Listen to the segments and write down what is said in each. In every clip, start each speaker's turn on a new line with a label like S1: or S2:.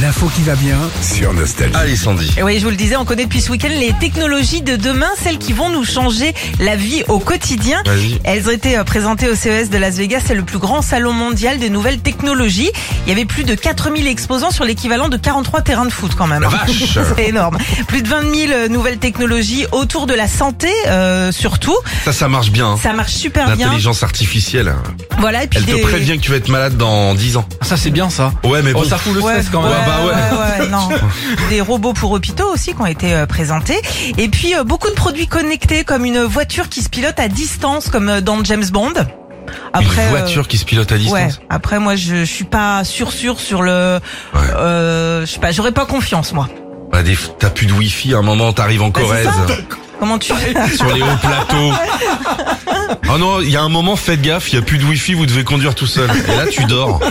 S1: L'info qui va bien.
S2: sur Nostalgie.
S3: Allez Sandy.
S4: Et oui, je vous le disais, on connaît depuis ce week-end les technologies de demain, celles qui vont nous changer la vie au quotidien.
S3: Vas-y.
S4: Elles ont été euh, présentées au CES de Las Vegas, c'est le plus grand salon mondial des nouvelles technologies. Il y avait plus de 4000 exposants sur l'équivalent de 43 terrains de foot quand même.
S3: La vache
S4: C'est énorme. Plus de 20 000 euh, nouvelles technologies autour de la santé, euh, surtout.
S3: Ça, ça marche bien. hein.
S4: Ça marche super bien.
S3: L'intelligence artificielle. hein.
S4: Voilà. Et puis
S3: Elle
S4: des-
S3: te prévient que tu vas être malade dans 10 ans.
S1: Ah, Ça c'est bien ça.
S3: Ouais, mais bon.
S1: Oh, ça fout le
S4: Ouais,
S1: stress quand même.
S4: ouais,
S3: bah
S4: ouais, ouais, non. Des robots pour hôpitaux aussi qui ont été euh, présentés. Et puis euh, beaucoup de produits connectés comme une voiture qui se pilote à distance comme euh, dans James Bond.
S3: une
S4: euh,
S3: voiture qui se pilote à
S4: ouais.
S3: distance.
S4: Après moi je, je suis pas sûr sûr sur le
S3: Ouais.
S4: euh, je sais pas, j'aurais pas confiance moi.
S3: Bah, des- T'as plus de wifi à un moment, t'arrives en
S4: Bah, c'est
S3: Corrèze,
S4: ça. Comment tu
S3: sur les hauts plateaux. Oh non, il y a un moment, faites gaffe, il y a plus de wifi, vous devez conduire tout seul. Et là, tu dors.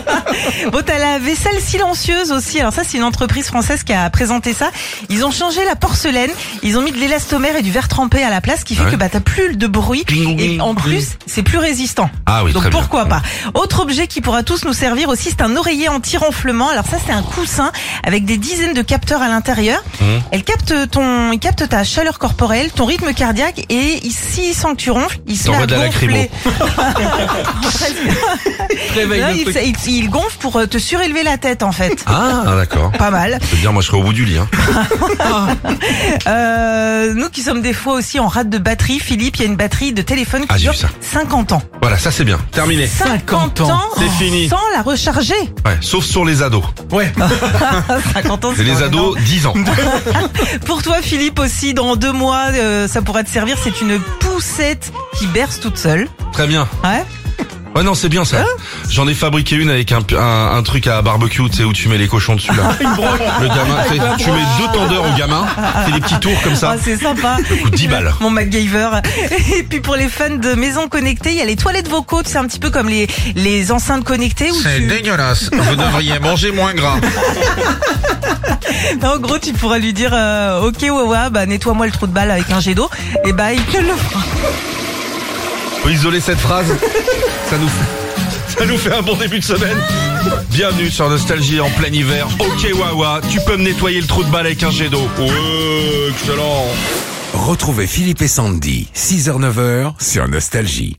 S4: Bon, t'as la vaisselle silencieuse aussi. Alors ça, c'est une entreprise française qui a présenté ça. Ils ont changé la porcelaine. Ils ont mis de l'élastomère et du verre trempé à la place, ce qui fait
S3: Ouais.
S4: que bah t'as plus de bruit.
S3: Cling,
S4: Et
S3: cling,
S4: en
S3: cling.
S4: plus, c'est plus résistant.
S3: Ah oui,
S4: Donc
S3: très bien.
S4: pourquoi pas Autre objet qui pourra tous nous servir aussi, c'est un oreiller anti-renflement. Alors ça, c'est un coussin avec des dizaines de capteurs à l'intérieur.
S3: Mhm.
S4: Elle capte ton, il capte ta chaleur corporelle, ton rythme cardiaque et il- s'il sent que tu ronfles, il se met
S3: T'envoies
S4: à
S3: de la
S4: gonfler.
S1: Réveille
S4: Non,
S1: le
S4: il,
S1: truc.
S4: il- il gonfle pour euh, te surélever la tête en fait.
S3: Ah, d'accord.
S4: Pas mal.
S3: Je veux dire, moi, je serais au bout du lit. Hein.
S4: Euh, nous qui sommes des fois aussi en rate de batterie, Philippe, il y a une batterie de téléphone qui
S3: Ah, j'ai
S4: dure
S3: vu ça.
S4: 50 ans.
S3: Voilà, ça, c'est bien. Terminé.
S4: 50 ans,
S1: ans.
S3: C'est fini.
S4: sans la recharger.
S3: Ouais, sauf sur les ados.
S1: Ouais.
S4: 50 ans,
S3: Et
S4: c'est
S3: les
S4: quand même
S3: ados, 10 ans.
S4: énorme. Pour toi, Philippe, aussi, dans deux mois, euh, ça pourra te servir. C'est une poussette qui berce toute seule.
S3: Très bien.
S4: Ouais.
S3: Ouais Ah non c'est bien ça.
S4: Hein
S3: J'en ai fabriqué une avec un, un, un truc à barbecue, tu sais où tu mets les cochons dessus là. Le gamin, tu sais, tu mets deux tendeurs au gamin, c'est des petits tours comme ça.
S4: Ah, c'est sympa.
S3: coûte 10 balles.
S4: Mon MacGyver. Et puis pour les fans de maisons connectées, il y a les toilettes vocaux. C'est un petit peu comme les, les enceintes connectées où tu,
S3: dégueulasse. Vous devriez manger moins gras.
S4: Non, en gros, tu pourras lui dire euh, Ok, Wawa, bah, nettoie-moi le trou de balle avec un jet d'eau. Et bah, il te le fera.
S3: Faut isoler cette phrase. Ça nous fait, ça nous fait un bon début de semaine. Bienvenue sur Nostalgie en plein hiver. Ok Wawa, tu peux me nettoyer le trou de balle avec un jet d'eau. Ouais, excellent.
S2: Retrouvez Philippe et Sandy, 6h-9h sur Nostalgie.